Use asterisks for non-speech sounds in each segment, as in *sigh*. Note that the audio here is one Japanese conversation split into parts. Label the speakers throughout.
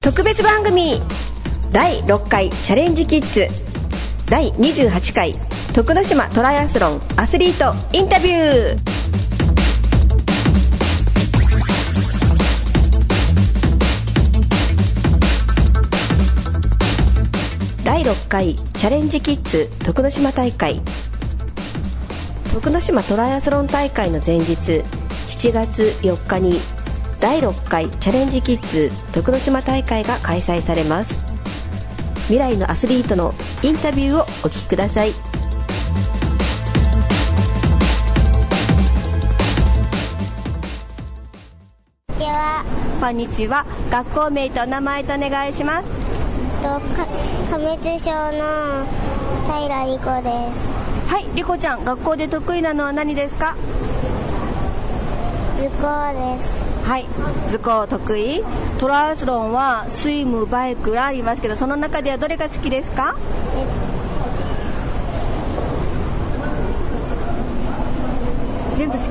Speaker 1: 特別番組第6回チャレンジキッズ第28回徳之島トライアスロンアスリートインタビュー第6回チャレンジキッズ徳之島大会徳之島トライアスロン大会の前日7月4日に第6回チャレンジキッズ徳之島大会が開催されます未来のアスリートのインタビューをお聞きください
Speaker 2: こんにちは。
Speaker 1: こんにちは学校名とお名前とお願いします
Speaker 2: と、か、亀津町の平理子です。
Speaker 1: はいリコちゃん学校で得意なのは何ですか
Speaker 2: 図工です。
Speaker 1: はい図工得意トライアスロンはスイムバイクラありますけどその中ではどれが好きですか全部好き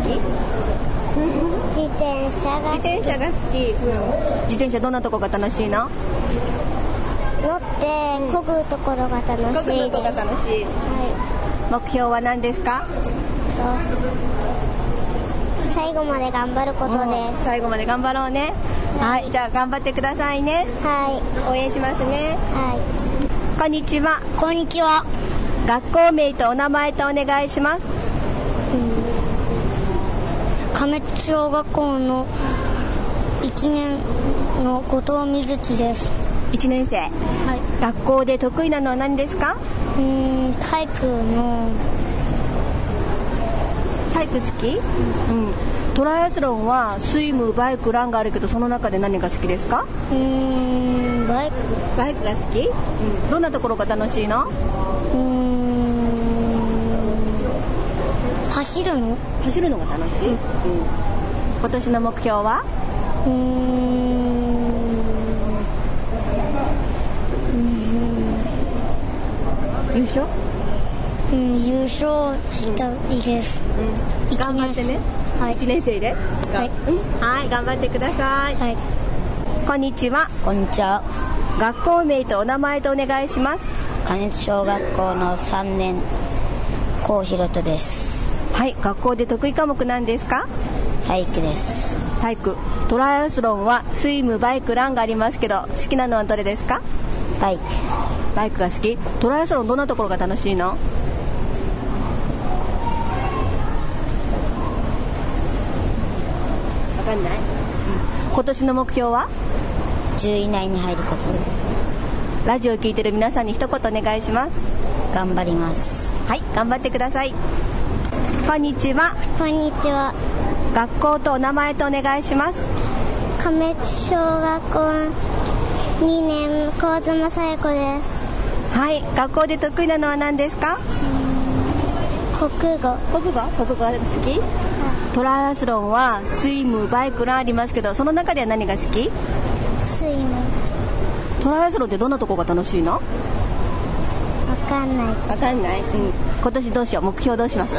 Speaker 2: 自転車が
Speaker 1: 自転車が好き、自転車どんなとこが楽しいの
Speaker 2: 乗って、こぐところが楽しいです。
Speaker 1: が
Speaker 2: は
Speaker 1: 楽しい目標は何ですか
Speaker 2: い。と、最後まで頑張ることで
Speaker 1: 最後まで頑張ろうねはい、じゃあ頑張ってくださいね
Speaker 2: す。はい。
Speaker 1: 応援しますね
Speaker 2: は。
Speaker 1: こんにちはい
Speaker 2: こんにちは。
Speaker 1: 学校名とお名前とお願いします
Speaker 2: 亀津小学校の1年の後藤瑞希です。
Speaker 1: 1年生
Speaker 2: はい。
Speaker 1: 学校で得意なのは何ですか
Speaker 2: うーん、体育の
Speaker 1: 体育好きうん、トライアスロンはスイムバイクランがあるけどその中で何が好きですか
Speaker 2: うーん、バイク。
Speaker 1: バイクが好き、うん、どんなところが楽しいの
Speaker 2: うーん走るのう
Speaker 1: 走るのが楽しい、うん、今年の目標は
Speaker 2: ーん
Speaker 1: 優勝、
Speaker 2: うん優勝したいです、
Speaker 1: うん、頑張ってね
Speaker 2: はい
Speaker 1: 1年生で
Speaker 2: は
Speaker 1: はいうん、はい頑張ってください、
Speaker 2: はい
Speaker 1: こんにちは
Speaker 3: こんにちは
Speaker 1: 学校名とお名前とお願いします
Speaker 3: 加熱小学校の3年高ひろとです
Speaker 1: はい学校で得意科目なんですか
Speaker 3: 体育です
Speaker 1: 体育トライアスロンはスイムバイクランがありますけど好きなのはどれですか
Speaker 3: バイク
Speaker 1: バイクが好きトライアスロンどんなところが楽しいのわかんない、うん今年の目標は
Speaker 3: 10位以内に入るこ
Speaker 1: ラジオを聞いてる皆さんに一言お願いします
Speaker 3: と頑張ります
Speaker 1: はい頑張ってくださいこんにちは
Speaker 2: こんにちは
Speaker 1: 学校とお名前とお願いします
Speaker 2: 亀津小学校2年高妻紗友子です
Speaker 1: はい学校で得意なのは何ですか
Speaker 2: 国語
Speaker 1: 国語国語が好きトライアスロンはスイムバイクランありますけどその中では何が好き
Speaker 2: スイム
Speaker 1: トライアスロンってどんなとこが楽しいの
Speaker 2: わかんない
Speaker 1: わかんない、うん、今年どうしよう目標どうします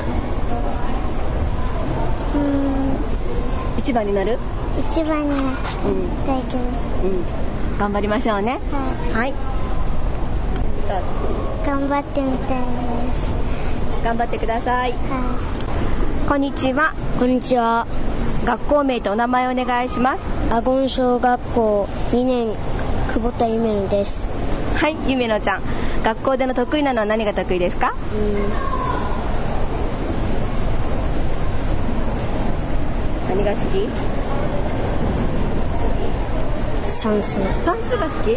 Speaker 1: 一番になる、
Speaker 2: 一番にな
Speaker 1: うん
Speaker 2: りたいけど
Speaker 1: うん、頑張りましょうね
Speaker 2: は
Speaker 1: はい
Speaker 2: い頑張ってみたいです
Speaker 1: 頑張ってください
Speaker 2: は
Speaker 1: こんにちは
Speaker 3: こんにちは
Speaker 1: 学校名とお名前お願いします
Speaker 3: アゴン小学校2年久保田ゆめるです
Speaker 1: はいゆめのちゃん学校での得意なのは何が得意ですか何が好き
Speaker 3: 算数
Speaker 1: 算数が好き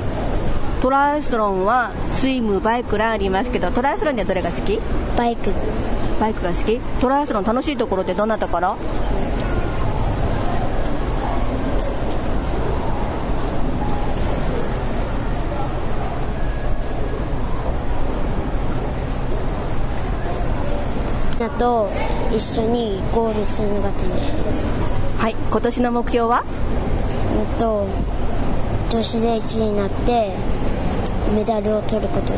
Speaker 1: トライアスロンはスイムバイクランありますけどトライアスロンではどれが好き
Speaker 3: バイク
Speaker 1: バイクが好きトライアスロン楽しいところってどんなところ
Speaker 3: だと一緒にゴールするのが楽しい
Speaker 1: はい今年の目標は
Speaker 3: うんと女子で1位になってメダルを取ることです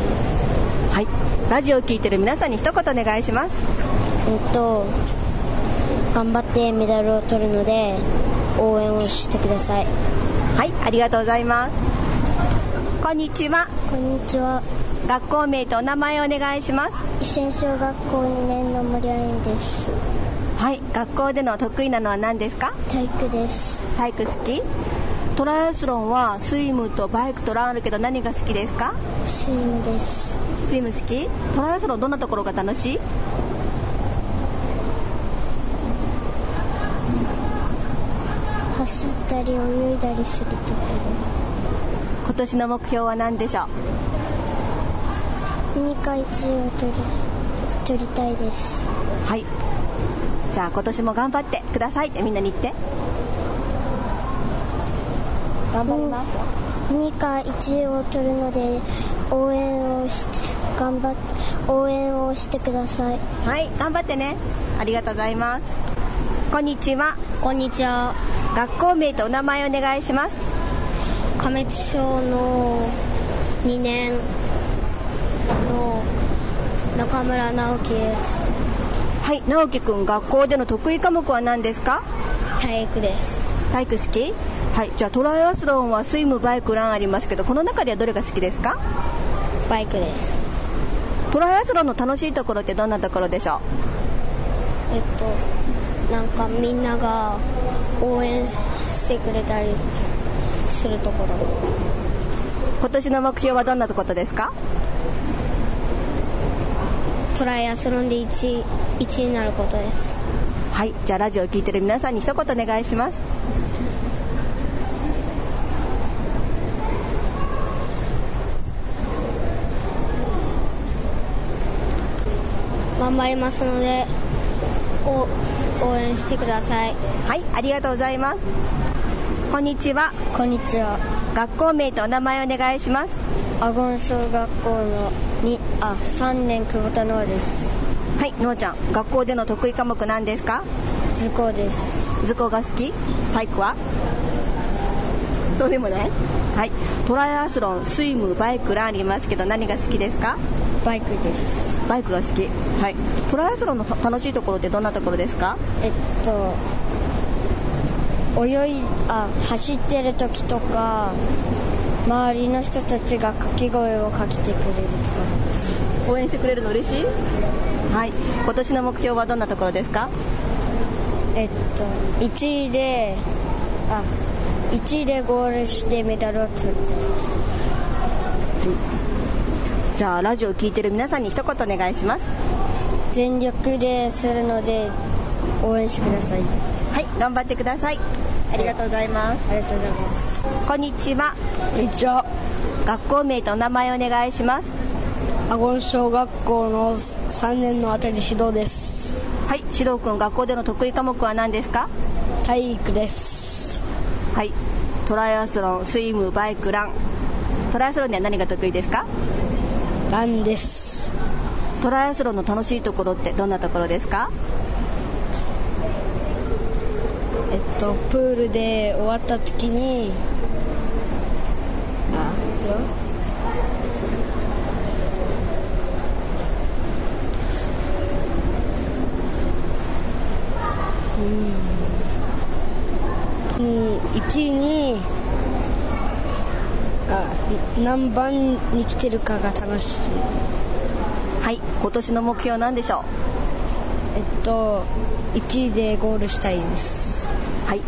Speaker 1: はいラジオを聞いてる皆さんに一言お願いします
Speaker 3: うんと頑張ってメダルを取るので応援をしてください
Speaker 1: はいありがとうございます
Speaker 2: こんにちは
Speaker 3: こんにちは
Speaker 2: 学校名とお名前をお願いします
Speaker 3: 一仙小学校2年の森愛です
Speaker 2: はい学校での得意なのは何ですか
Speaker 3: 体育です
Speaker 2: 体育好きトライアスロンはスイムとバイクとランあるけど何が好きですか
Speaker 3: スイムです
Speaker 2: スイム好きトライアスロンどんなところが楽しい
Speaker 3: 走ったり泳いだりするとこ
Speaker 2: 今年の目標は何でしょう
Speaker 3: ろ2回1位を取り取りたいです
Speaker 2: はいじゃあ今年も頑張ってくださいってみんなに言って頑張ります、
Speaker 3: 2か1を取るので応援をして頑張って応援をしてください
Speaker 2: はい頑張ってねありがとうございますこんにちは
Speaker 4: こんにちは
Speaker 2: 学校名とお名前お願いします
Speaker 4: 亀津小の2年の中村直樹です
Speaker 2: はい直樹くん学校での得意科目は何ですか
Speaker 4: 体育です
Speaker 2: 体育好きはいじゃあトライアスロンはスイムバイクランありますけどこの中ではどれが好きですか
Speaker 4: バイクです
Speaker 2: トライアスロンの楽しいところってどんなところでしょ
Speaker 4: えっとなんかみんなが応援してくれたりするところ
Speaker 2: う今年の目標はどんなことですか
Speaker 4: トライアスロンで 1, 1位になることです
Speaker 2: はいじゃあラジオを聞いてる皆さんに一言お願いします
Speaker 4: 頑張りますのでお応援してください
Speaker 2: はいありがとうございますこんにちは
Speaker 4: こんにちは
Speaker 2: 学校名とお名前お願いします
Speaker 4: アゴン小学校のにあ3年久保田のです
Speaker 2: はいのうちゃん学校での得意科目なんですか
Speaker 4: 図工です
Speaker 2: 図工が好き体育はそうでもないはいトライアスロンスイムバイクランありますけど何が好きですか
Speaker 4: バイクです
Speaker 2: バイクが好きはいトライアスロンの楽しいところってどんなところですか
Speaker 4: えっと泳いあ走ってる時とか周りの人たちが掛け声をかけてくれるとかです
Speaker 2: 応援してくれるの嬉しいはい今年の目標はどんなところですか
Speaker 4: えっと1位であ1位でゴールしてメダルを取りたいです
Speaker 2: じゃあラジオを聞いてる皆さんに一言お願いします
Speaker 4: 全力でするので応援してください
Speaker 2: はい頑張ってくださいありがとうございます
Speaker 4: ありがとうございます
Speaker 2: こんにちは
Speaker 5: こんにちは
Speaker 2: 学校名とお名前お願いします
Speaker 5: アゴン小学校の3年のあたり指導です
Speaker 2: はい指導君学校での得意科目は何ですか
Speaker 5: 体育です
Speaker 2: はいトライアスロンスイムバイクラントライアスロンでは何が得意ですか
Speaker 5: ランです
Speaker 2: トライアスロンの楽しいところってどんなところですか
Speaker 5: えっとプールで終わった時にあ違ううんに1位にあ何番に来てるかが楽しい
Speaker 2: はい今年の目標なんでしょ
Speaker 5: えっと1位でゴールしたいです
Speaker 2: うはい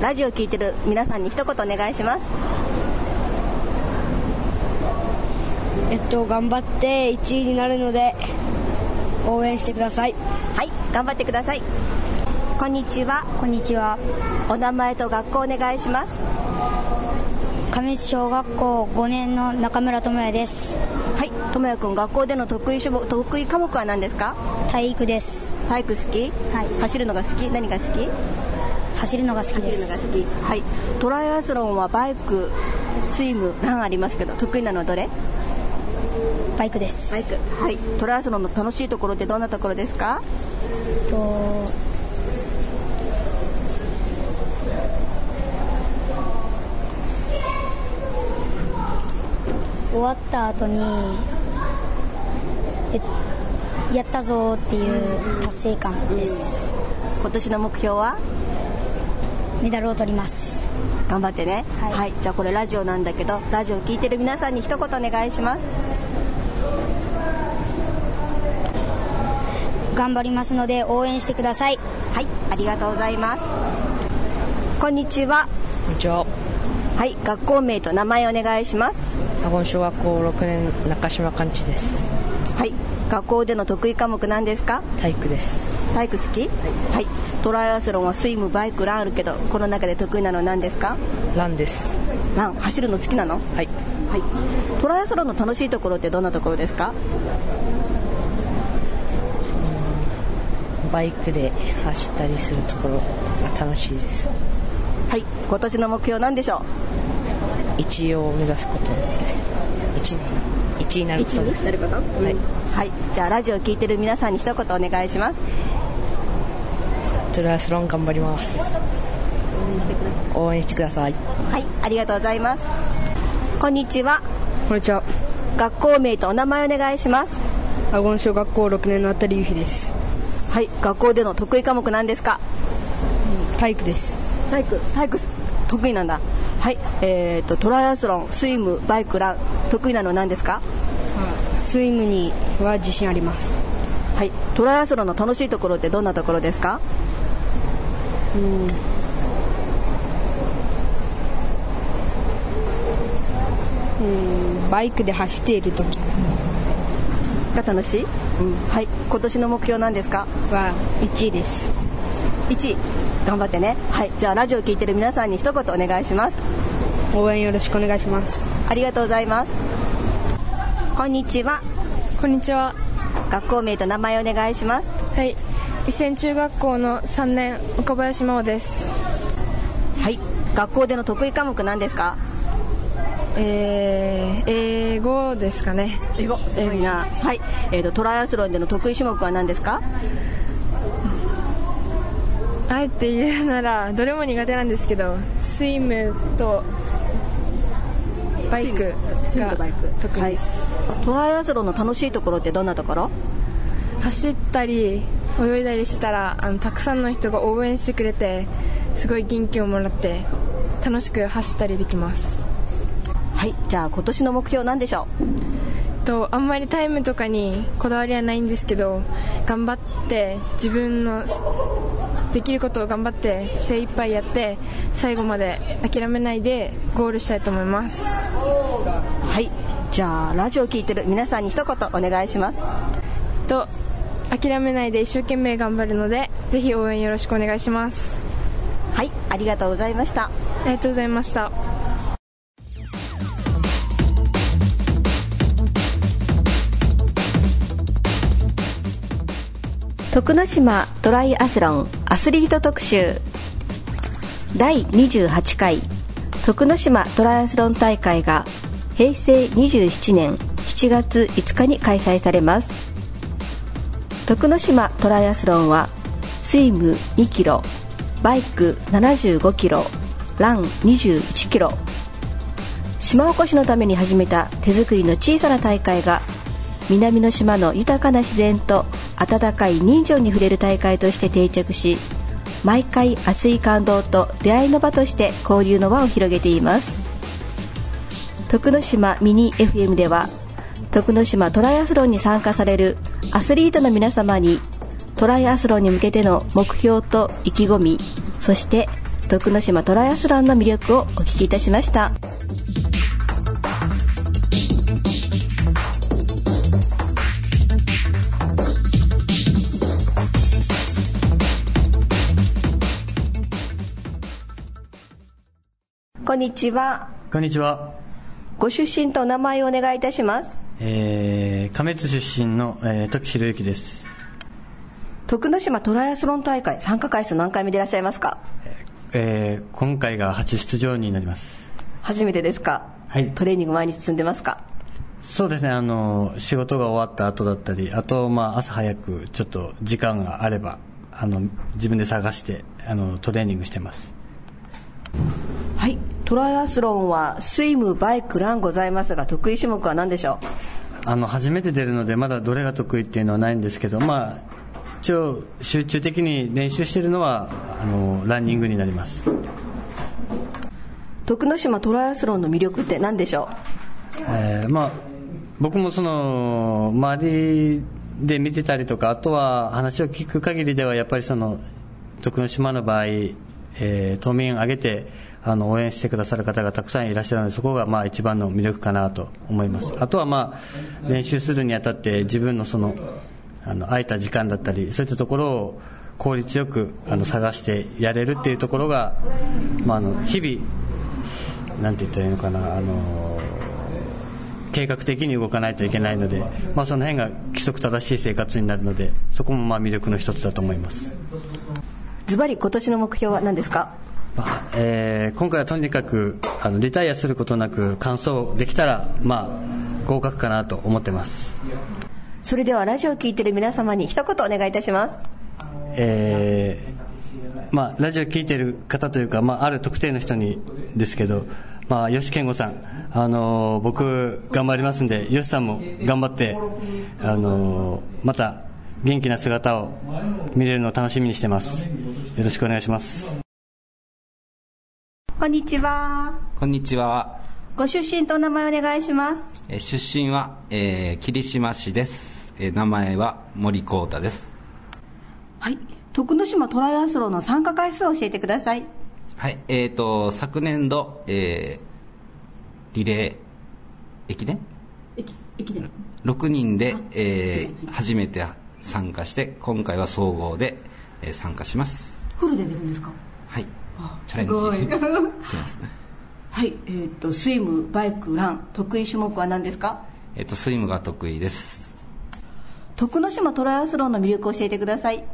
Speaker 2: ラジオを聞いてる皆さんに一言お願いします
Speaker 5: えっと頑張って1位になるので応援してください
Speaker 2: はい頑張ってくださいこんにちは
Speaker 5: こんにちは
Speaker 2: お名前と学校お願いします
Speaker 6: 上市小学校5年の中村智也です
Speaker 2: はい智也君学校での得意種目得意科目は何ですか
Speaker 6: 体育です
Speaker 2: バイク好き、
Speaker 6: はい
Speaker 2: 走るのが好き何が好き
Speaker 6: 走るのが好き
Speaker 2: 走
Speaker 6: で
Speaker 2: るのが
Speaker 6: す
Speaker 2: 好きはいトライアスロンはバイクスイムランありますけど得意なのはどれ
Speaker 6: バイクです
Speaker 2: バイクはいトライアスロンの楽しいところってどんなところですか
Speaker 6: と終わった後にえやったぞーっていう達成感です
Speaker 2: 今年の目標は
Speaker 6: メダルを取ります
Speaker 1: 頑張ってね
Speaker 7: はい
Speaker 1: じゃあこれラジオなんだけどラジオ聞いてる皆さんに一言お願いします
Speaker 7: 頑張りますので応援してください
Speaker 1: はいありがとうございますこんにちは
Speaker 8: こんにちは
Speaker 1: はい学校名と名前お願いします
Speaker 8: 名古屋小学校6年中島寛地です
Speaker 1: はい学校での得意科目なんですか
Speaker 8: 体育です
Speaker 1: 体育好きはい、トライアスロンはスイムバイクランあるけどこの中で得意なのは何ですか
Speaker 8: ランです
Speaker 1: ラン走るの好きなの
Speaker 8: はい
Speaker 1: はいトライアスロンの楽しいところってどんなところですか
Speaker 8: バイクで走ったりするところが楽しいです
Speaker 1: はい今年の目標なんでしょ
Speaker 8: 一応を目指すことです一位一位にな
Speaker 1: う
Speaker 8: ることで
Speaker 1: 一な
Speaker 8: す
Speaker 1: ることはい、はい、じゃあラジオ聞いてる皆さんに一言お願いします
Speaker 8: トライアスロン頑張ります応援してください
Speaker 1: はいありがとうございますこんにちは
Speaker 9: こんにちは。
Speaker 1: 学校名とお名前お願いします
Speaker 9: アゴン小学校6年のあたりゆうひです。
Speaker 1: はい学校での得意科目なんですか
Speaker 9: 体育です。
Speaker 1: 体育体育得意なんだはいえー、とトライアスロンスイムバイクラン得意なの何ですか
Speaker 9: スイムには自信あります。
Speaker 1: はいトライアスロンの楽しいところってどんなところですか
Speaker 9: バイクで走っている時
Speaker 1: が楽しい、うん、はい今年の目標なんですか
Speaker 9: は1位です。
Speaker 1: 1位頑張ってねはいじゃあラジオ聞いてる皆さんに一言お願いします
Speaker 9: 応援よろしくお願いします。
Speaker 1: ありがとうございますこんにちは
Speaker 2: こんにちは。
Speaker 1: 学校名と名前お願いします
Speaker 2: はい。伊仙中学校の3年岡林真央です。
Speaker 1: はい学校での得意科目なんですか
Speaker 2: えー、英語ですかね。
Speaker 1: 英語すごいなはい、えー、とトライアスロンでの得意種目は何ですか
Speaker 2: あえて言うならどれも苦手なんですけど、スイムとバイク
Speaker 1: スイム
Speaker 2: が
Speaker 1: とバイク
Speaker 2: 得意です。
Speaker 1: はい、トライアスロンの楽しいところってどんなところ
Speaker 2: 走ったり泳いだりしたらあのたくさんの人が応援してくれて、すごい元気をもらって楽しく走ったりできます。
Speaker 1: はいじゃあ今年の目標なんでしょう
Speaker 2: とあんまりタイムとかにこだわりはないんですけど頑張って自分のできることを頑張って精一杯やって最後まで諦めないでゴールしたいと思います
Speaker 1: はいじゃあラジオ聞いてる皆さんに一言お願いします
Speaker 2: と諦めないで一生懸命頑張るのでぜひ応援よろしくお願いします
Speaker 1: はいありがとうございました
Speaker 2: ありがとうございました
Speaker 1: 徳之島トライアスロンアスリート特集第28回徳之島トライアスロン大会が平成27年7月5日に開催されます徳之島トライアスロンはスイム2キロバイク75キロラン21キロ島おこしのために始めた手作りの小さな大会が南の島の豊かな自然と温かい人情に触れる大会として定着し毎回熱い感動と出会いの場として交流の輪を広げています徳之島ミニ FM では徳之島トライアスロンに参加されるアスリートの皆様にトライアスロンに向けての目標と意気込みそして徳之島トライアスロンの魅力をお聞きいたしましたこんにちは
Speaker 10: こんにちは、
Speaker 1: ご出身とお名前をお願いいたします
Speaker 10: えー、亀津出身の、えー、時博之です
Speaker 1: 徳之島トライアスロン大会参加回数何回目でいらっしゃいますか
Speaker 10: えー、今回が初出場になります
Speaker 1: 初めてですか
Speaker 10: はい
Speaker 1: トレーニング毎日積んでますか
Speaker 10: そうですねあの仕事が終わった後だったりあと、まあ、朝早くちょっと時間があればあの自分で探してあのトレーニングしてます
Speaker 1: はいトライアスロンはスイムバイクランございますが得意種目は何でしょ
Speaker 10: あの初めて出るのでまだどれが得意っていうのはないんですけど、まあ、一応集中的に練習しているのはあのランニングになります
Speaker 1: う
Speaker 11: 徳之島トライアスロンの魅力って何でしょ
Speaker 10: えーまあ、僕もその周りで見てたりとかあとは話を聞く限りではやっぱりその徳之島の場合、えー、島民を挙げてあの応援してくださる方がたくさんいらっしゃるのでそこがまあ一番の魅力かなと思いますあとは、まあ、練習するにあたって自分のそのあの空いた時間だったりそういったところを効率よくあの探してやれるっていうところが、まあ、あの日々なんて言ったらいいのかなあの計画的に動かないといけないので、まあ、その辺が規則正しい生活になるのでそこもまあ魅力の一つだと思います、
Speaker 11: うズバリ今年の目標は何ですか
Speaker 10: まあえー今回はとにかくあのリタイアすることなく完走できたら、まあ、合格かなと思ってます、
Speaker 11: それではラジオを聞いている皆様に一言お願いいたします
Speaker 10: えーまあ、ラジオ聞いてる方というか、まあ、ある特定の人にですけど、まあ、吉健吾さん、あのー僕頑張りますんで吉さんも頑張って、あのーまた元気な姿を見れるのを楽しみにしてますよろしくお願いします
Speaker 1: こんにちは。
Speaker 12: こんにちは。
Speaker 1: ご出身とお名前お願いします。
Speaker 12: えー出身は、えー霧島市です。えー名前は森光太です。
Speaker 1: はい。徳之島トライアスロンの参加回数を教えてください。
Speaker 12: はい。えっ、と、昨年度、えーリレー、駅伝
Speaker 1: 駅伝。
Speaker 12: ?6 人で、えー初めて参加して、今回は総合で、えー参加します。
Speaker 1: フルで出るんですか
Speaker 12: はい。チ
Speaker 1: す
Speaker 12: ャ
Speaker 1: ごい
Speaker 12: レンジします。
Speaker 1: *laughs* はい。えっ、と、スイム、バイク、ラン、得意種目は何ですか
Speaker 12: えっ、と、スイムが得意です。
Speaker 1: 徳之島トライアスロンの魅力を教えてください。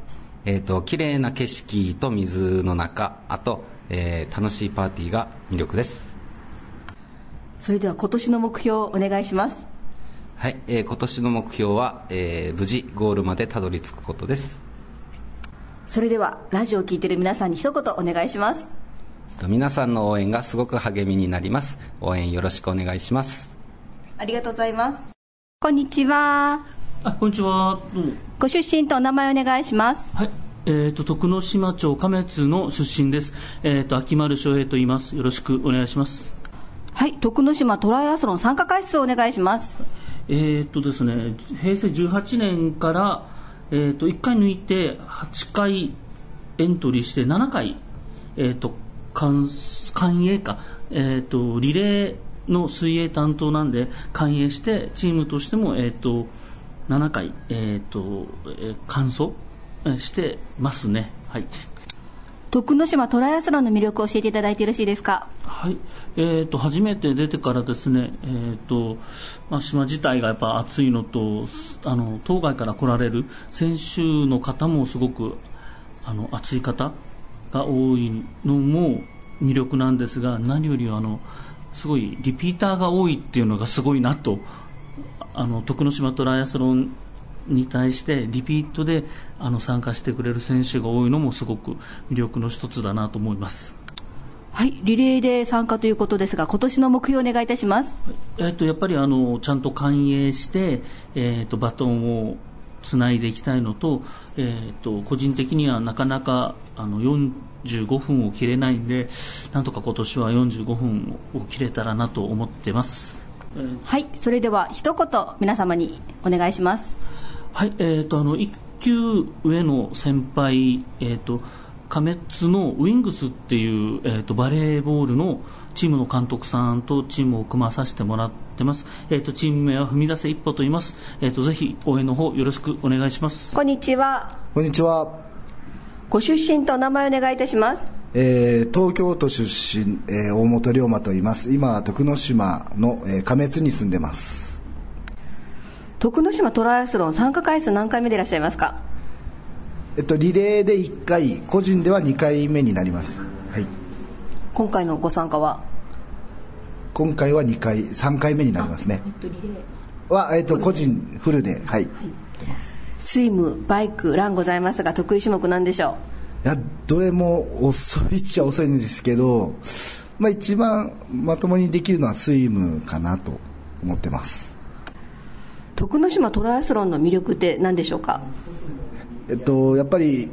Speaker 12: えー、と綺麗な景色と水の中あと、えー楽しいパーティーが魅力です、
Speaker 1: それでは今年の目標をお願いします。
Speaker 12: はいえー今年の目標は、えー無事ゴールまでたどり着くことです
Speaker 1: それでは、ラジオを聞いている皆さんに一言お願いします。
Speaker 12: えーと皆さんの応援がすごく励みになります応援よろしくお願いします
Speaker 1: ありがとうございます。
Speaker 13: こんにちは。
Speaker 14: あこんにちは、どうも
Speaker 13: ご出身とお名前お願いします。
Speaker 14: はい、えー、と徳之島町亀津の出身です、えー、と秋丸翔平と言います、よろしくお願いします。
Speaker 1: はい。徳之島トライアスロン参加回数をお願いします。
Speaker 14: えーとですね、平成18年から、えー、と1回抜いて8回エントリーして7回、えー、と関関営か、えー、とリレーの水泳担当なんで関営してチームとしても、えー、と7回、えーとえー完走えーしてますね。はい
Speaker 1: 徳之島トライアスロンの魅力を教えていただいてよろしいですか
Speaker 14: はいえー、と初めて出てからですね、えーとまあ、島自体がやっぱ暑いのとすあの島外から来られる選手の方もすごくあの暑い方が多いのも魅力なんですが何よりあのすごいリピーターが多いっていうのがすごいなとあの徳之島トライアスロンに対してリピートであの参加してくれる選手が多いのもすごく魅力の一つだなと思います。
Speaker 1: はい、リレーで参加ということですが、今年の目標をお願いいたします。
Speaker 14: えっと、やっぱりあのちゃんと歓迎して、えっとバトンをつないでいきたいのと,、えっと個人的にはなかなかあの45分を切れないんでなんとか今年は45分を切れたらなと思ってます。えー
Speaker 1: はい、それでは一言皆様にお願いします。
Speaker 14: はい、えー、とあの1級上の先輩、えー、と亀津のウィングスっていう、えー、とバレーボールのチームの監督さんとチームを組まさせてもらってます、えー、とチーム名は踏み出せ一歩と言います、えー、とぜひ応援の方よろしくお願いします
Speaker 11: こんにちは
Speaker 15: こんにちは、
Speaker 11: ご出身とお名前お願いいたします
Speaker 15: えー東京都出身、えー大本龍馬と言います今は徳之島の、えー亀津に住んでます
Speaker 11: 徳之島トライアスロン参加回数何回目でいらっしゃいますか
Speaker 15: えっとリレーで1回個人では2回目になります、はい、
Speaker 11: 今回のご参加は
Speaker 15: 今回は2回3回目になりますねは、えっと個人フルではい、い
Speaker 11: スイムバイクランございますが得意種目なんでしょ
Speaker 15: やどれも遅いっちゃ遅いんですけど、まあ、一番まともにできるのはスイムかなと思ってます
Speaker 11: う徳之島トライアスロンの魅力って何でしょうか
Speaker 15: えっと、やっぱり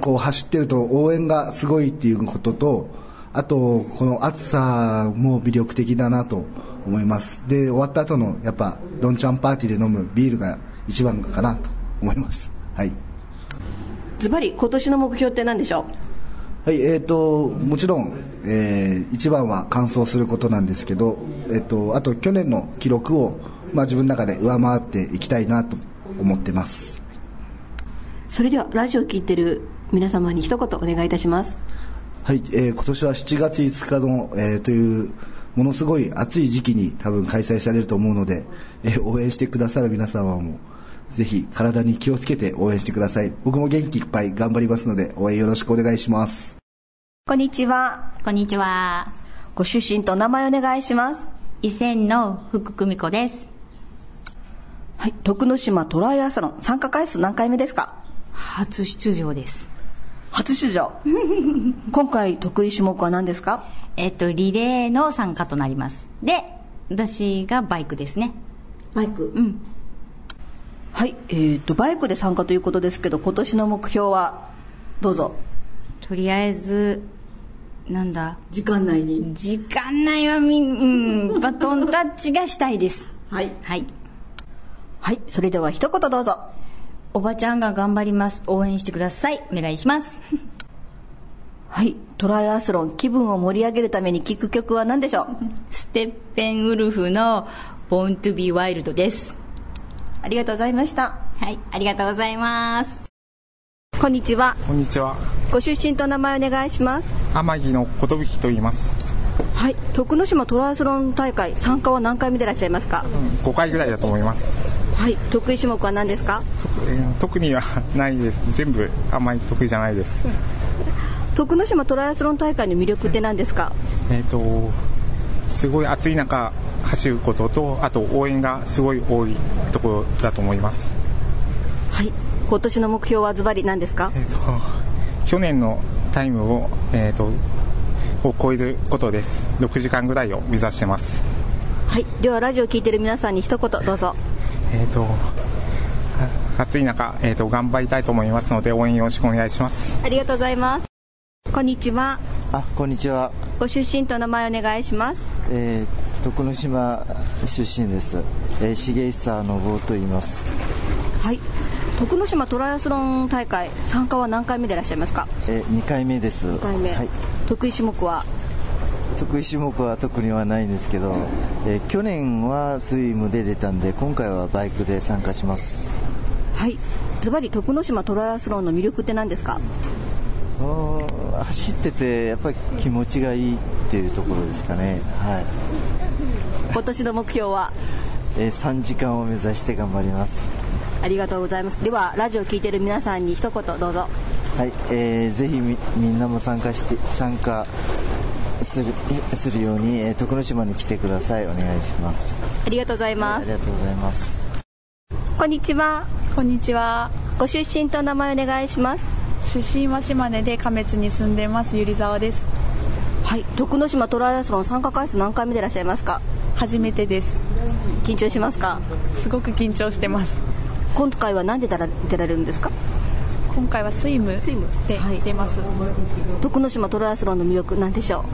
Speaker 15: こう走ってると応援がすごいっていうこととあとこの暑さも魅力的だなと思いますで終わった後のやっぱどんちゃんパーティーで飲むビールが一番かなと思いますはい
Speaker 1: ズバリ今年の目標って何でしょう
Speaker 15: はいえー、ともちろん、えー一番は完走することなんですけど、えー、とあと去年の記録を、まあ、自分の中で上回っていきたいなと思ってます
Speaker 1: それではラジオを聞いてる皆様に一言お願いいたします
Speaker 15: はい、えー今年は7月5日の、えーというものすごい暑い時期に多分開催されると思うので、えー応援してくださる皆様もぜひ体に気をつけて応援してください僕も元気いっぱい頑張りますので応援よろしくお願いします
Speaker 16: こんにちは。こんにちは。ご出身とお名前お願いします。以前の福久美子です。
Speaker 1: はい徳之島トライアスロン参加回数何回目ですか
Speaker 16: 初出場です。
Speaker 1: 初
Speaker 16: *laughs*
Speaker 1: 出場今回得意種目は何ですか
Speaker 16: えっと、リレーの参加となります。で、私がバイクですね。
Speaker 1: バイクうんはいえー、とバイクで参加ということですけど今年の目標はどうぞ
Speaker 16: とりあえず、なんだ。
Speaker 1: 時間内に
Speaker 16: 時間内はみん、うん、バトンタッチがしたいです。
Speaker 1: はい。
Speaker 16: はい。
Speaker 1: はい、それでは一言どうぞ。
Speaker 16: おばちゃんが頑張ります。応援してください。お願いします。
Speaker 1: *laughs* はいトライアスロン気分を盛り上げるために聴く曲は何でしょう
Speaker 16: *laughs* ステッペンウルフの Born to be Wild です。
Speaker 1: ありがとうございました
Speaker 16: はい、ありがとうございます。
Speaker 1: こんにちは
Speaker 17: こんにちは
Speaker 1: ご出身とお名前お願いします
Speaker 17: 天城の寿と言います
Speaker 1: はい徳之島トライアスロン大会参加は何回目でいらっしゃいますか、
Speaker 17: 5回ぐらいだと思います、
Speaker 1: はい得意種目は何ですか
Speaker 17: えー特には *laughs* ないです全部あんまり得意じゃないです、
Speaker 1: 徳之島トライアスロン大会の魅力って何ですか
Speaker 17: えっ、とすごい暑い中走ることとあと応援がすごい多いところだと思います
Speaker 1: はい今年の目標はズバリ何ですか、
Speaker 17: 去年のタイムを,、えー、とを超えることです6時間ぐらいを目指してます
Speaker 1: はいではラジオを聞いている皆さんに一言どうぞ
Speaker 17: えっ、とあ暑い中、えー、と頑張りたいと思いますので応援よろしくお願いします
Speaker 1: ありがとうございますこんにちは
Speaker 18: あこんにちは、
Speaker 1: ご出身とお名前お願いします
Speaker 18: えー、徳之島出身です、えー、重久の坊と言います、
Speaker 1: はい徳之島トライアスロン大会参加は何回目でいらっしゃいますか
Speaker 18: えー、2回目です
Speaker 1: 2回目、
Speaker 18: はい、
Speaker 1: 得意種目は
Speaker 18: 得意種目は特にはないんですけど、えー、去年はスイムで出たんで今回はバイクで参加します
Speaker 1: はいズバリ徳之島トライアスロンの魅力って何ですか
Speaker 18: うーん走っててやっぱり気持ちがいいっていうところですかね、はい
Speaker 1: 今年の目標は
Speaker 18: えー、3時間を目指して頑張ります
Speaker 1: ありがとうございますではラジオを聞いている皆さんに一言どうぞ
Speaker 18: はい、えーぜひみみんなも参加して参加するするように、えー徳之島に来てくださいお願いします
Speaker 1: ありがとうござい
Speaker 18: あ
Speaker 1: ます、
Speaker 18: りがとうございます
Speaker 1: こんにちはこんにちはご出身とお名前お願いします
Speaker 19: 出身は島根で亀津に住んでますゆりざわです
Speaker 1: はい徳之島トライアスロン参加回数何回目でいらっしゃいますか
Speaker 19: 初めてです
Speaker 1: 緊張しますか
Speaker 19: すごく緊張してます
Speaker 1: 今回は何で出ら出られるんですか
Speaker 19: 今回はスイムで出ます、
Speaker 1: 徳之島トライアスロンの魅力何でしょ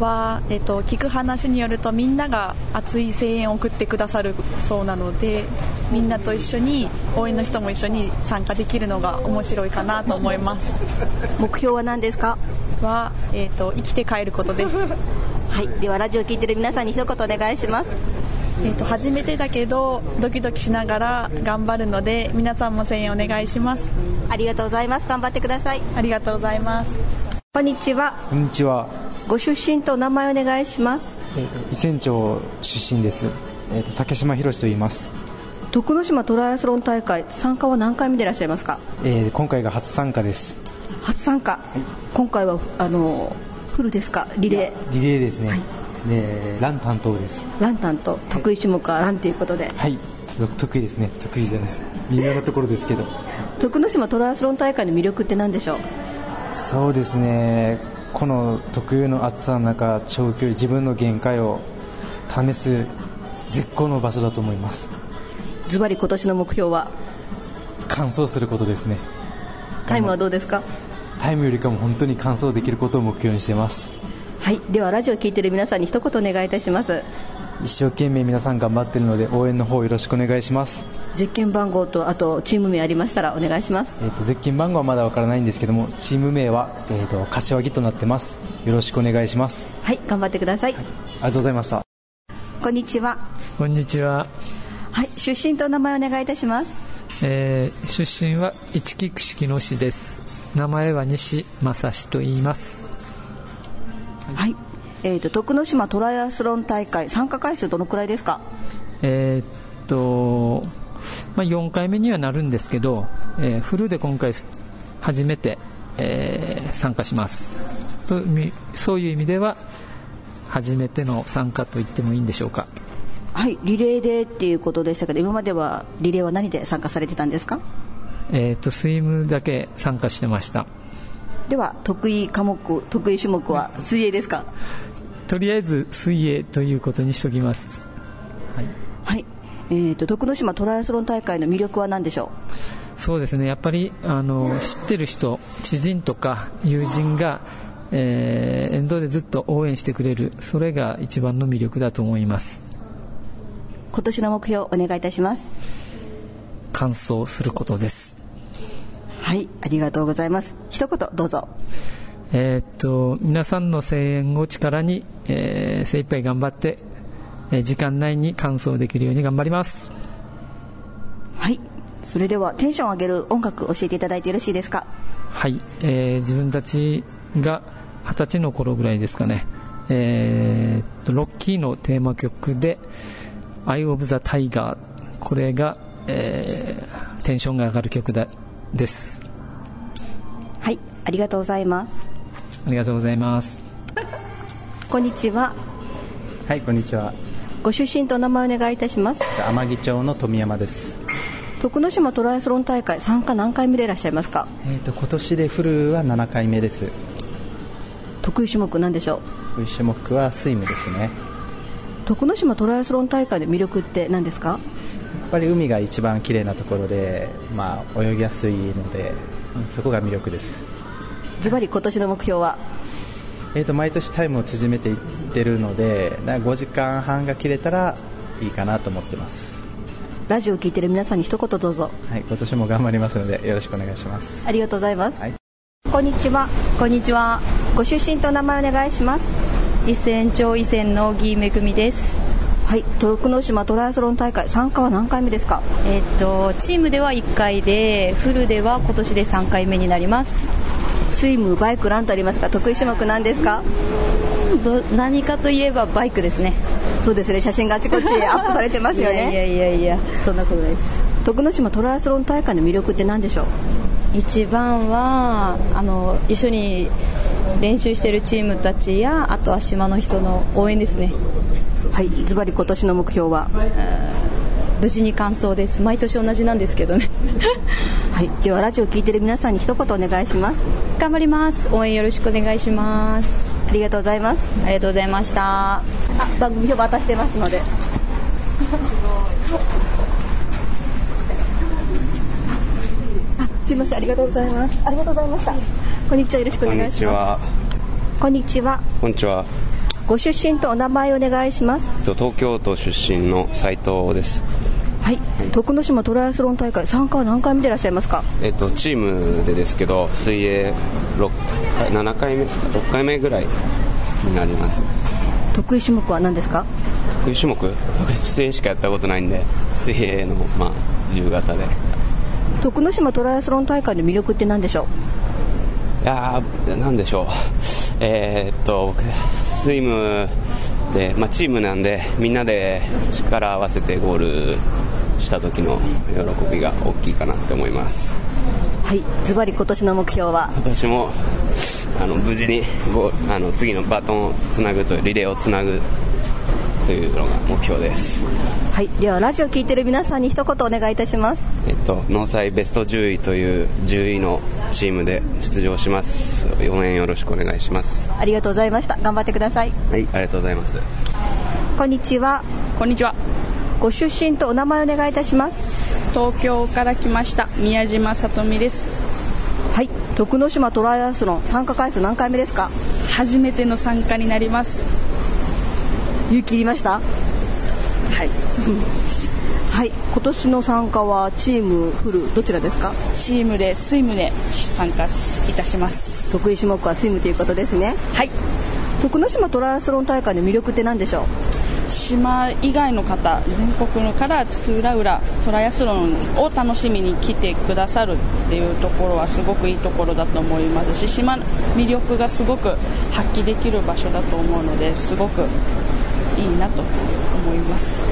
Speaker 19: は、えっと、聞く話によるとみんなが熱い声援を送ってくださるそうなのでみんなと一緒に応援の人も一緒に参加できるのが面白いかなと思います
Speaker 1: 目標は何ですか
Speaker 19: は、えっと、生きて帰ることです
Speaker 1: うはいではラジオを聞いている皆さんに一言お願いします
Speaker 19: えー、と初めてだけどドキドキしながら頑張るので皆さんも声援お願いします
Speaker 1: ありがとうございます頑張ってください
Speaker 19: ありがとうございます
Speaker 1: こんにちは
Speaker 20: こんにちは、
Speaker 1: ご出身とお名前お願いします
Speaker 20: えーと伊仙町出身です、えーと竹島宏と言います、
Speaker 1: 徳之島トライアスロン大会参加は何回目でいらっしゃいますか
Speaker 20: えー今回が初参加です
Speaker 1: 初参加、今回はあのフルですかリレ
Speaker 20: リレーですね、でラン担当です
Speaker 1: ーランタンと得意種目はランということで、
Speaker 20: はいと得意ですね得意じゃない微妙なところですけど
Speaker 1: 徳之島トライアスロン大会の魅力って何でしょう
Speaker 20: そうですねこの特有の暑さの中長距離自分の限界を試す絶好の場所だと思います
Speaker 1: ズバリ今年の目標は
Speaker 20: 完走することですね
Speaker 1: タイムはどうですか
Speaker 20: タイムよりかも本当に完走できることを目標にしてます
Speaker 1: はいではラジオを聞いている皆さんに一言お願いいたします
Speaker 20: 一生懸命皆さん頑張ってるので応援の方よろしくお願いします、
Speaker 1: 実験番号とあとチーム名ありましたらお願いします
Speaker 20: えー、とゼッケン番号はまだわからないんですけどもチーム名は、えー、と柏木となってますよろしくお願いします
Speaker 1: はい頑張ってください、
Speaker 20: ありがとうございました
Speaker 1: こんにちは
Speaker 21: こんにちは、
Speaker 1: はい出身とお名前お願いいたします
Speaker 21: えー出身は一木串の市です名前は西正史と言います
Speaker 22: はい、えー、と徳之島トライアスロン大会参加回数どのくらいですか
Speaker 21: えーっと、まあ、4回目にはなるんですけど、えーフルで今回初めて、えー参加しますとみそういう意味では初めての参加と言ってもいいんでしょうか
Speaker 22: はいリレーでっていうことでしたけど今まではリレーは何で参加されてたんですか
Speaker 21: えーっとスイムだけ参加してました
Speaker 22: では得意科目得意種目は水泳ですか
Speaker 21: とりあえず水泳ということにしときます
Speaker 22: はい、えー、と徳之島トライアスロン大会の魅力は何でしょ
Speaker 21: そうですねやっぱりあの知ってる人、知人とか友人が、えー沿道でずっと応援してくれる、それが一番の魅力だと思います、
Speaker 22: う今年の目標お願いいたします
Speaker 21: 完走することです。
Speaker 22: はいありがとうございます一言どうぞ
Speaker 21: えーっと皆さんの声援を力に、えー精一杯頑張って、えー時間内に完走できるように頑張ります。
Speaker 22: はいそれではテンション上げる音楽教えていただいてよろしいですか
Speaker 21: はい、えー自分たちが二十歳の頃ぐらいですかね、えーロッキーのテーマ曲で「Eye of the Tiger」これが、えーテンションが上がる曲だです
Speaker 22: はいありがとうございます
Speaker 21: ありがとうございます
Speaker 1: こんにちは
Speaker 23: はいこんにちは
Speaker 1: ご出身とお名前お願いいたします
Speaker 23: 天城町の富山です、
Speaker 1: 徳之島トライアスロン大会参加何回目でいらっしゃいますか
Speaker 23: えー、と今年でフルは7回目です
Speaker 1: 得意種目なんでしょう
Speaker 23: 種目はスイムですねやっ
Speaker 1: 徳之島トライアスロン大会の魅力って何ですか
Speaker 23: ぱり海が一番綺麗なところで、まあ、泳ぎやすいのでうんそこが魅力です、
Speaker 1: ズバリ今年の目標は
Speaker 23: えー、と毎年タイムを縮めていってるのでなんか5時間半が切れたらいいかなと思ってます、
Speaker 1: ラジオを聞いている皆さんに一言どうぞ
Speaker 23: はい、今年も頑張りますのでよろしくお願いします
Speaker 1: ありがとうございます、
Speaker 2: こんにちは。こんにちは。ご出身とお名前お願いします。伊勢町伊勢の木めぐみです。
Speaker 1: はい徳之島トライアスロン大会参加は何回目ですか
Speaker 2: えっ、とチームでは1回で、フルでは今年で3回目になります。
Speaker 1: スイムバイクランとありますが得意種目なんですか
Speaker 2: ど何かといえばバイクですね。
Speaker 1: そうですね写真があちこ
Speaker 2: *laughs*
Speaker 1: ちアップされてますよね
Speaker 2: いやいやいやいや、そんなことないです。
Speaker 1: 徳之島トライアスロン大会の魅力って何でしょう
Speaker 2: 一番はあの一緒に練習しているチームたちやあとは島の人の応援ですね
Speaker 1: はいズバリ今年の目標は
Speaker 2: 無事に完走です毎年同じなんですけどね
Speaker 1: *laughs* はいではラジオを聞いている皆さんに一言お願いします
Speaker 2: 頑張ります応援よろしくお願いします
Speaker 1: ありがとうございます
Speaker 2: ありがとうございました
Speaker 1: あ番組表渡してますのであすいませんありがとうございますありがとうございましたこんにちはよろしくお願いします
Speaker 24: は。
Speaker 1: こんにちは
Speaker 24: こんにちは。
Speaker 1: ご出身とお名前お願いします
Speaker 24: えっと東京都出身の斉藤です。
Speaker 1: はい徳之島トライアスロン大会参加は何回目でいらっしゃいますか
Speaker 24: えっとチームでですけど、水泳六回七回目ですか六回目ぐらいになります。
Speaker 1: 得意種目は何ですか
Speaker 24: 得意種目？得意水泳しかやったことないんで、水泳のまあ自由形で。
Speaker 1: 徳之島トライアスロン大会の魅力って何でしょう
Speaker 24: いやーなんでしょう、えーっと僕、スイムで、まあ、チームなんで、みんなで力合わせてゴールした時の喜びが大きいかなって思います。
Speaker 1: はいズバリ今年の目標は
Speaker 24: 私もあの無事にゴーあの次のバトンをつなぐとリレーをつなぐというのが目標です、
Speaker 1: はいではラジオを聞いている皆さんに一言お願いいたします
Speaker 24: えっと、農祭ベスト10位という10位のチームで出場します応援よろしくお願いします
Speaker 1: ありがとうございました頑張ってください
Speaker 24: はいありがとうございます
Speaker 1: こんにちは
Speaker 25: こんにちは
Speaker 1: ご出身とお名前お願いいたします
Speaker 25: 東京から来ました宮島さとみです
Speaker 1: はい徳之島トライアスロン参加回数何回目ですか
Speaker 25: 初めての参加になります
Speaker 1: 湯切りましたはい、 *laughs* はい今年の参加はチームフルどちらですか
Speaker 25: チームでスイムで参加いたします
Speaker 1: 得意種目はスイムということですね
Speaker 25: はい
Speaker 1: 徳之島トライアスロン大会の魅力って何でしょう
Speaker 25: 島以外の方全国から津々浦々トライアスロンを楽しみに来てくださるっていうところはすごくいいところだと思いますし島の魅力がすごく発揮できる場所だと思うのですごくいいなと思います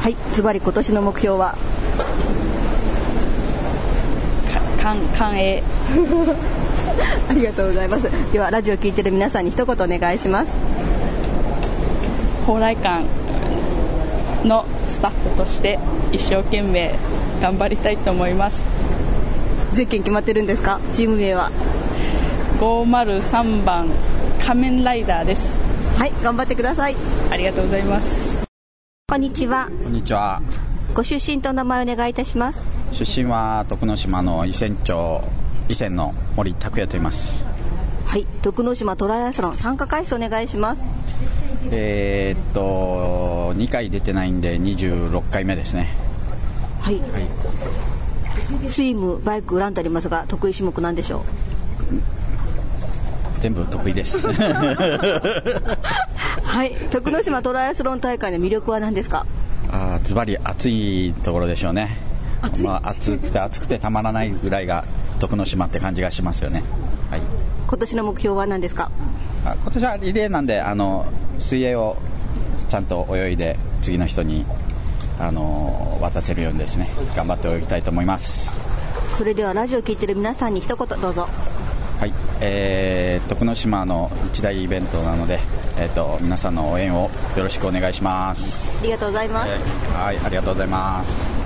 Speaker 1: はいズバリ今年の目標は
Speaker 25: か寛永
Speaker 1: *laughs* ありがとうございますではラジオを聞いてる皆さんに一言お願いします
Speaker 25: 蓬莱館のスタッフとして一生懸命頑張りたいと思います
Speaker 1: ゼッケン決まってるんですかチーム名は
Speaker 25: 503番仮面ライダーです
Speaker 1: はい頑張ってください
Speaker 25: ありがとうございます
Speaker 2: こんにちは
Speaker 4: こんにちは。
Speaker 2: ご出身とお名前お願いいたします
Speaker 4: 出身は徳之島の伊勢町、伊勢の森拓也と言います。
Speaker 1: はい徳之島トライアスロン参加回数お願いします
Speaker 4: えーっと、2回出てないんで26回目ですね。
Speaker 1: はい、スイムバイクランとありますが得意種目なんでしょう
Speaker 4: 全部得意で
Speaker 1: *laughs*
Speaker 4: す。
Speaker 1: はい徳之島トライアスロン大会の魅力は何ですか
Speaker 4: あーズバリ暑いところでしょうね。まあ、暑くて暑くてたまらないぐらいが徳之島って感じがしますよね。はい。
Speaker 1: 今年の目標は何ですか
Speaker 4: あ今年はリレーなんであの水泳をちゃんと泳いで次の人にあの渡せるようにですね頑張って泳ぎたいと思います。
Speaker 1: それではラジオを聞いてる皆さんに一言どうぞ
Speaker 4: はい、えー、徳之島の一大イベントなので、えー、と皆さんの応援をよろしくお願いします。
Speaker 1: ありがとうございます、
Speaker 4: はい、ありがとうございます。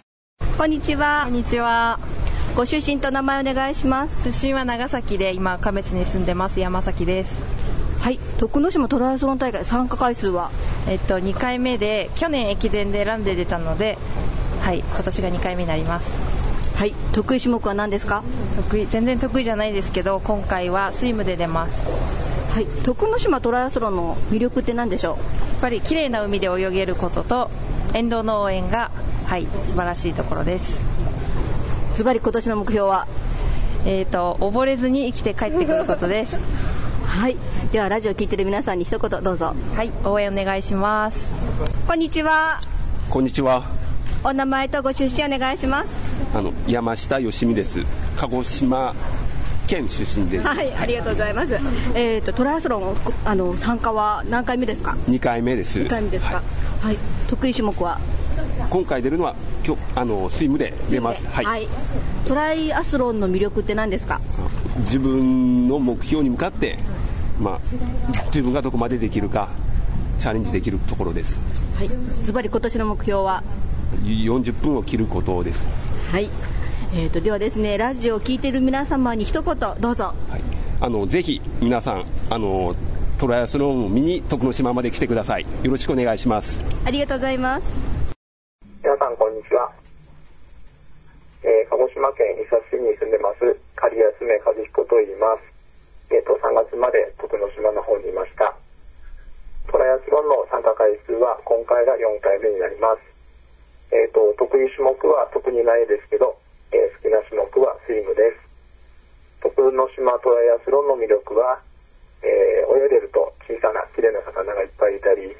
Speaker 3: こんにちは。こんにちは。ご出身と名前お願いします。出身は長崎で、今亀津に住んでます山崎です。はい。
Speaker 1: 徳之島トライアスロン大会参加回数は
Speaker 3: えっと2回目で去年駅伝で選んで出たので、はい今年が2回目になります。はい。得意種目は何ですか？得意全然得意じゃないですけど、今回はスイムで出ます。はい。
Speaker 1: 徳之島トライアスロンの魅力って何でしょ
Speaker 3: やっぱり綺麗な海で泳げることと沿道の応援がはい素晴らしいところです。ズバリ今年の目標はえっ、と溺れずに生きて帰ってくること
Speaker 1: *laughs*
Speaker 3: です。はい。ではラジオ聞いてる皆さんに一言どうぞ。はい。応援お願いします。こんにちは。
Speaker 5: こんにちは。
Speaker 3: お名前とご出身お願いします。
Speaker 5: あの山下よしみです。鹿児島県出身です。
Speaker 1: はい、ありがとうございます。えっ、とトライアスロンあの参加は何回目ですか？
Speaker 5: 二回目です。
Speaker 1: 二回目ですか。はい、得意種目は
Speaker 5: 今回出るのは今日あのスイムで出ます。はい。
Speaker 1: トライアスロンの魅力って何ですか？
Speaker 5: 自分の目標に向かって、まあ自分がどこまでできるかチャレンジできるところです。
Speaker 1: はい、ズバリ今年の目標は
Speaker 5: 40分を切ることです。
Speaker 1: はい。えっ、とではですね、ラジオを聞いている皆様に一言どうぞ。
Speaker 5: あのぜひ皆さんあのトライアスロンを見に徳之島まで来てください。よろしくお願いします。
Speaker 1: ありがとうございます。
Speaker 26: 皆さんこんにちは、えー鹿児島県伊佐市に住んでます狩安め和彦と言いますえっ、と3月まで徳之島の方にいましたトライアスロンの参加回数は今回が4回目になりますえっ、と得意種目は特にないですけど、えー好きな種目はスイムです徳之島トライアスロンの魅力は、えー泳いでると小さな綺麗な魚がいっぱいいたり、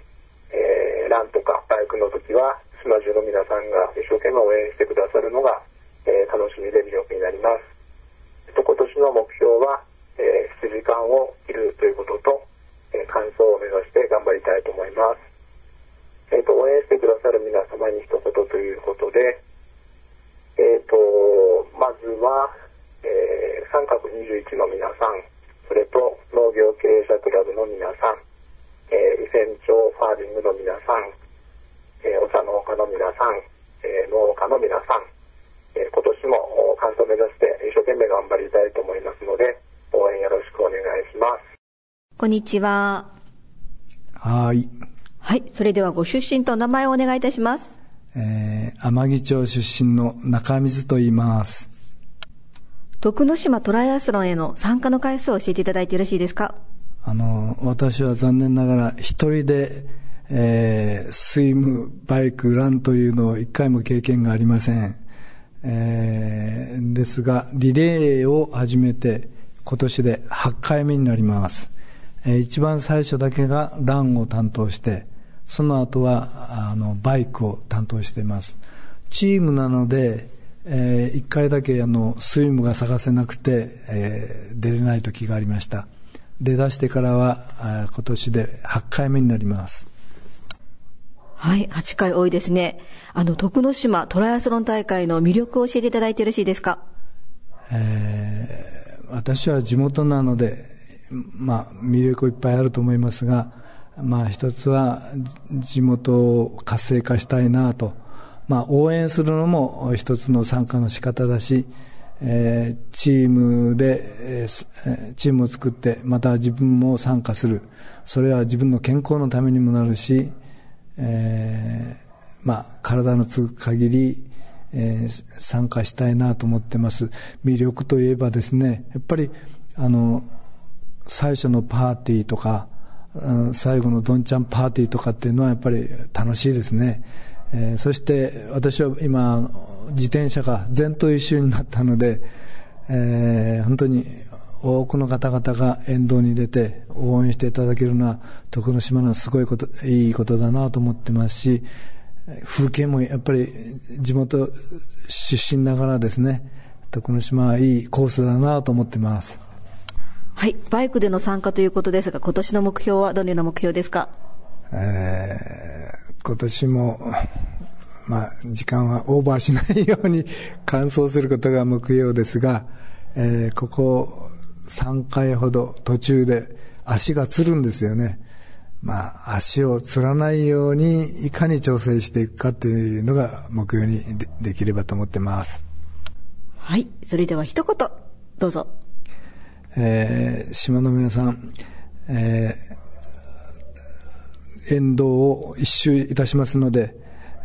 Speaker 26: えーランとかバイクの時は島中の皆さんが一生懸命応援してくださるのが、えー楽しみで魅力になります。えっと今年の目標は、えー7時間を切るということと、えー完走を目指して頑張りたいと思います。えっ、と、応援してくださる皆様に一言ということで、えっ、と、まずは、えー、三角21の皆さん、それと農業経営者クラブの皆さん、えー、伊仙町ファーディングの皆さん、えーお茶農家の皆さん、えー農家の皆さん、えー今年もお完走目指して一生懸命頑張りたいと思いますので、応援よろしくお願いします。
Speaker 2: こんにちは
Speaker 27: はい。
Speaker 2: はいそれではご出身とお名前をお願いいたします
Speaker 27: えー、天城町出身の中水と言います。
Speaker 2: 徳之島トライアスロンへの参加の回数を教えていただいてよろしいですか
Speaker 27: あの、私は残念ながら一人で、えースイム、バイク、ランというのを一回も経験がありません。えーですが、リレーを始めて今年で8回目になります。えー一番最初だけがランを担当して、その後はあのバイクを担当しています。チームなので、え1回だけあのスイムが探せなくて、えー出れない時がありました。出だしてからはあー今年で8回目になります。
Speaker 2: はい、8回多いですね。あの、徳之島トライアスロン大会の魅力を教えていただいてよろしいですか
Speaker 27: えー私は地元なので、まあ、魅力いっぱいあると思いますが、まあ、一つはじ地元を活性化したいなと、まあ、応援するのも一つの参加の仕方だし、えーチームで、えーすえーチームを作って、また自分も参加する、それは自分の健康のためにもなるし、えーまあ、体のつく限り、えー参加したいなと思ってます。魅力といえばですね、やっぱり、あの、最初のパーティーとか、うん最後のどんちゃんパーティーとかっていうのはやっぱり楽しいですね。えーそして私は今、あの自転車が全島一周になったので、えー本当に多くの方々が沿道に出て応援していただけるのは徳之島のすごいこと、いいことだなと思ってますし、えー風景もやっぱり地元出身ながらですね、徳之島はいいコースだなと思ってます。
Speaker 2: はい、バイクでの参加ということですが、今年の目標はどのような目標ですか
Speaker 27: えー今年も、まあ、時間はオーバーしないように完走することが目標ですが、えーここ3回ほど途中で足がつるんですよね。まあ、足をつらないようにいかに調整していくかっていうのが目標にでできればと思ってます。
Speaker 2: はい、それでは一言、どうぞ。
Speaker 27: えー島の皆さん、えー沿道を一周いたしますので、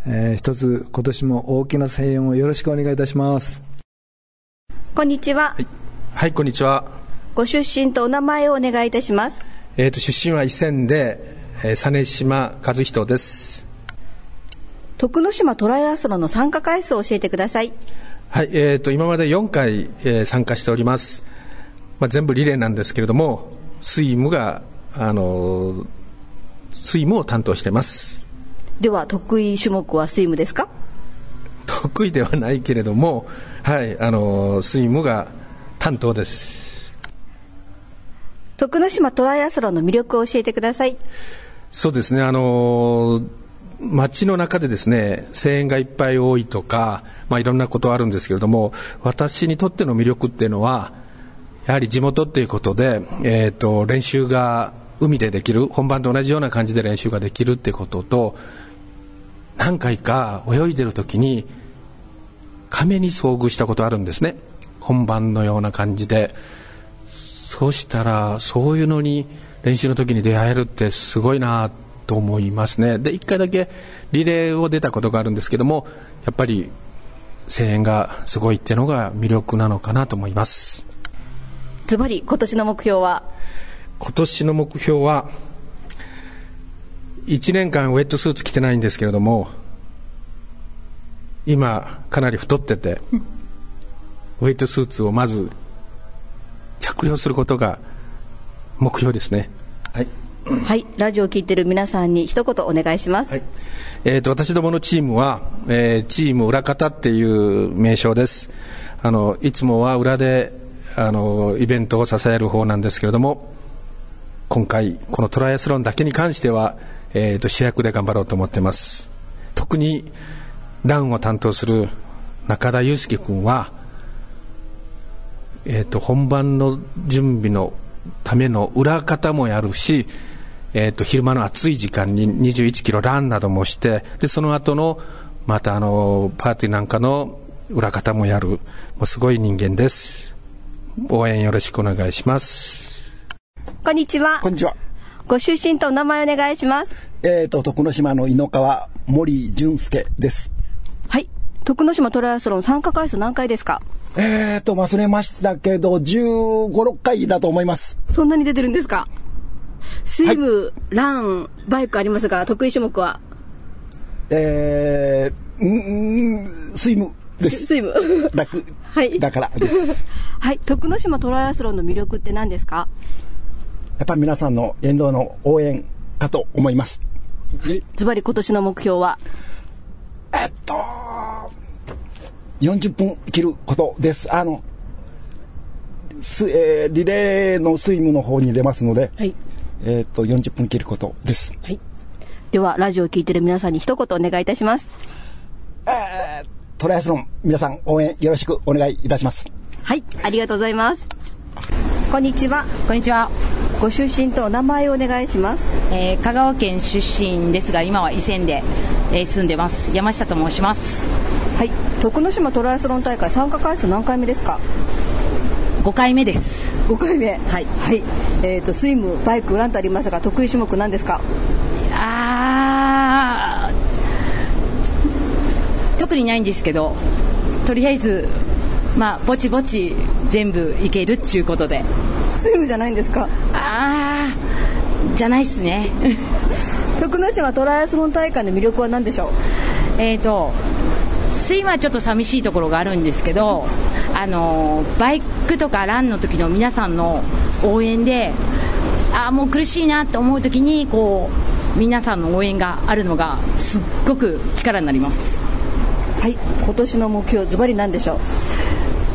Speaker 27: えー一つ今年も大きな声援をよろしくお願いいたします。
Speaker 6: こんにちは。
Speaker 28: はい、こんにちは。
Speaker 6: ご出身とお名前をお願いいたします。
Speaker 28: えー、と出身は伊勢で、えー、実島和人です。
Speaker 6: 徳之島トライアスロンの参加回数を教えてください。
Speaker 28: はい、えー、と今まで4回、えー参加しております、まあ、全部リレーなんですけれども、スイムが、あのースイムを担当してます。
Speaker 6: では、得意種目はスイムですか
Speaker 28: 得意ではないけれども、はいあのースイムが担当です。
Speaker 6: 徳之島トライアスロンの魅力を教えてください。
Speaker 28: そうですね、あの街の中でですね声援がいっぱい多いとか、まあ、いろんなことはあるんですけれども、私にとっての魅力っていうのは、やはり地元っていうことで、えー、と練習が海でできる、本番と同じような感じで練習ができるってことと、何回か泳いでるときに、亀に遭遇したことあるんですね、本番のような感じで。そうしたら、そういうのに練習の時に出会えるってすごいなと思いますね。で、一回だけリレーを出たことがあるんですけども、やっぱり声援がすごいっていうのが魅力なのかなと思います。
Speaker 2: ズバリ、今年の目標は
Speaker 28: 今年の目標は、1年間ウェットスーツ着てないんですけれども、今、かなり太ってて、ウェットスーツをまず着用することが目標ですね。はい
Speaker 2: はい、ラジオを聞いてる皆さんに一言お願いします。
Speaker 28: えー、と私どものチームは、えーチーム裏方っていう名称ですあのいつもは裏であのイベントを支える方なんですけれども今回このトライアスロンだけに関しては、えー、と主役で頑張ろうと思ってます特にランを担当する中田祐介君は、えー、と本番の準備のための裏方もやるしえー、と昼間の暑い時間に21キロランなどもしてでその後のまたあのパーティーなんかの裏方もやるもうすごい人間です応援よろしくお願いします
Speaker 6: こんにちは。
Speaker 10: こんにちは。
Speaker 6: ご出身とお名前お願いします。
Speaker 10: えー、と、徳之島の井の川森淳介です。
Speaker 6: はい。徳之島トライアスロン参加回数何回ですか
Speaker 10: えー、と、忘れましたけど、15、6回だと思います。
Speaker 6: そんなに出てるんですか
Speaker 1: スイム、ラン、バイクありますが、得意種目は
Speaker 10: えー、うんうんスイムです
Speaker 1: スイム。 *laughs*
Speaker 10: 楽
Speaker 1: はい。
Speaker 10: だからです
Speaker 1: *laughs* はい。徳之島トライアスロンの魅力って何ですか
Speaker 10: やっぱり皆さんの沿道の応援かと思います
Speaker 1: ズバリ今年の目標は
Speaker 10: 40分切ることですあのす、えーリレーのスイムの方に出ますので、えー、と40分切ることです
Speaker 1: では、ラジオを聞いてる皆さんに一言お願いいたします。
Speaker 10: トライアスロン皆さん応援よろしくお願いいたします
Speaker 1: はい。ありがとうございます。
Speaker 29: こんにちは。こんにちは。ご出身とお名前をお願いします。えー香川県出身ですが、今は伊勢で、えー住んでます。山下と申します。はい。徳之島トライアスロン大会参加回数何回目ですか。5回目です。
Speaker 1: 5回目。はい。はい。えっ、と、スイム、バイク、ランとありますが、得意種目何ですか
Speaker 29: あー特にないんですけど、とりあえずまあぼちぼち全部いけるっちゅうことで。
Speaker 1: スイムじゃないんですか
Speaker 29: あーじゃないっすね
Speaker 1: *laughs* 徳之島トライアスロン大会の魅力は何でしょう
Speaker 29: えっ、とスイマーちょっと寂しいところがあるんですけど、あのーバイクとかランの時の皆さんの応援であーもう苦しいなと思う時にこう皆さんの応援があるのがすっごく力になります
Speaker 1: はい今年の目標ズバリ何でしょう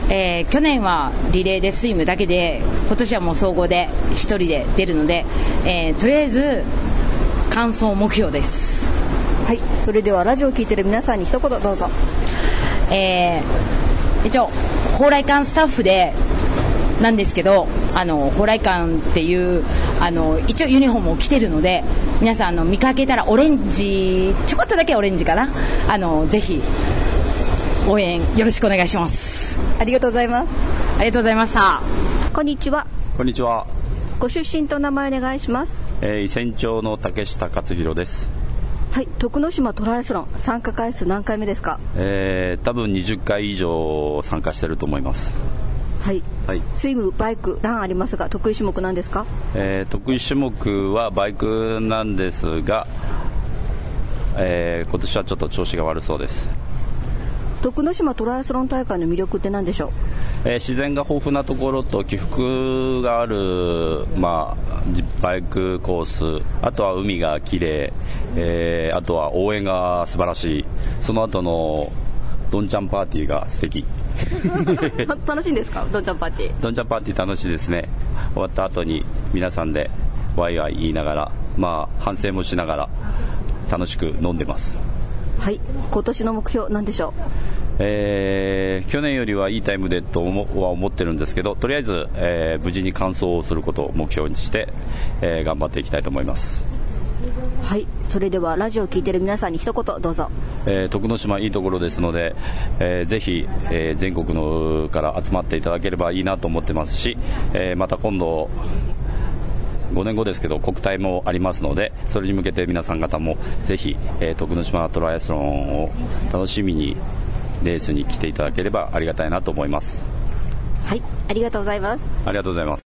Speaker 29: えー去年はリレーでスイムだけで今年はもう総合で1人で出るので、えーとりあえず完走目標です
Speaker 1: はいそれではラジオを聞いてる皆さんに一言どうぞ
Speaker 29: えー一応蓬莱館スタッフでなんですけどあの蓬莱館っていうあの一応ユニフォームを着てるので皆さんあの見かけたらオレンジちょこっとだけオレンジかなあのぜひ応援よろしくお願いします
Speaker 1: ありがとうございます
Speaker 29: ありがとうございました
Speaker 8: こんにちは。
Speaker 30: こんにちは、
Speaker 8: ご出身とお名前お願いします。
Speaker 30: えー、伊仙町の竹下勝弘です、
Speaker 1: はい徳之島トライアスロン参加回数何回目ですか
Speaker 30: えー、多分20回以上参加してると思います、
Speaker 1: はい
Speaker 30: はい
Speaker 1: スイムバイクランありますが得意種目何ですか
Speaker 30: えー、得意種目はバイクなんですが、えー、今年はちょっと調子が悪そうです、
Speaker 1: 徳之島トライアスロン大会の魅力って何でしょ
Speaker 30: えー自然が豊富なところと起伏がある、まあ、バイクコースあとは海が綺麗、えー、あとは応援が素晴らしいその後のどんちゃんパーティーが素敵
Speaker 1: うは *laughs* 楽しいんですかドンちゃんパーティー
Speaker 30: ドンジャンパーティー楽しいですね終わった後に皆さんでワイワイ言いながら、まあ、反省もしながら楽しく飲んでます、
Speaker 1: はい今年の目標何でしょ
Speaker 30: えー去年よりはいいタイムでと思は思ってるんですけどとりあえず、えー無事に完走をすることを目標にして、えー頑張っていきたいと思います、
Speaker 1: うはいそれではラジオを聞いてる皆さんに一言どうぞ
Speaker 30: えー徳之島いいところですので、えーぜひ、えー全国のから集まっていただければいいなと思ってますし、えーまた今度5年後ですけど国体もありますのでそれに向けて皆さん方もぜひ、えー徳之島トライアスロンを楽しみにレースに来ていただければありがたいなと思います
Speaker 1: はいありがとうございます
Speaker 30: ありがとうございます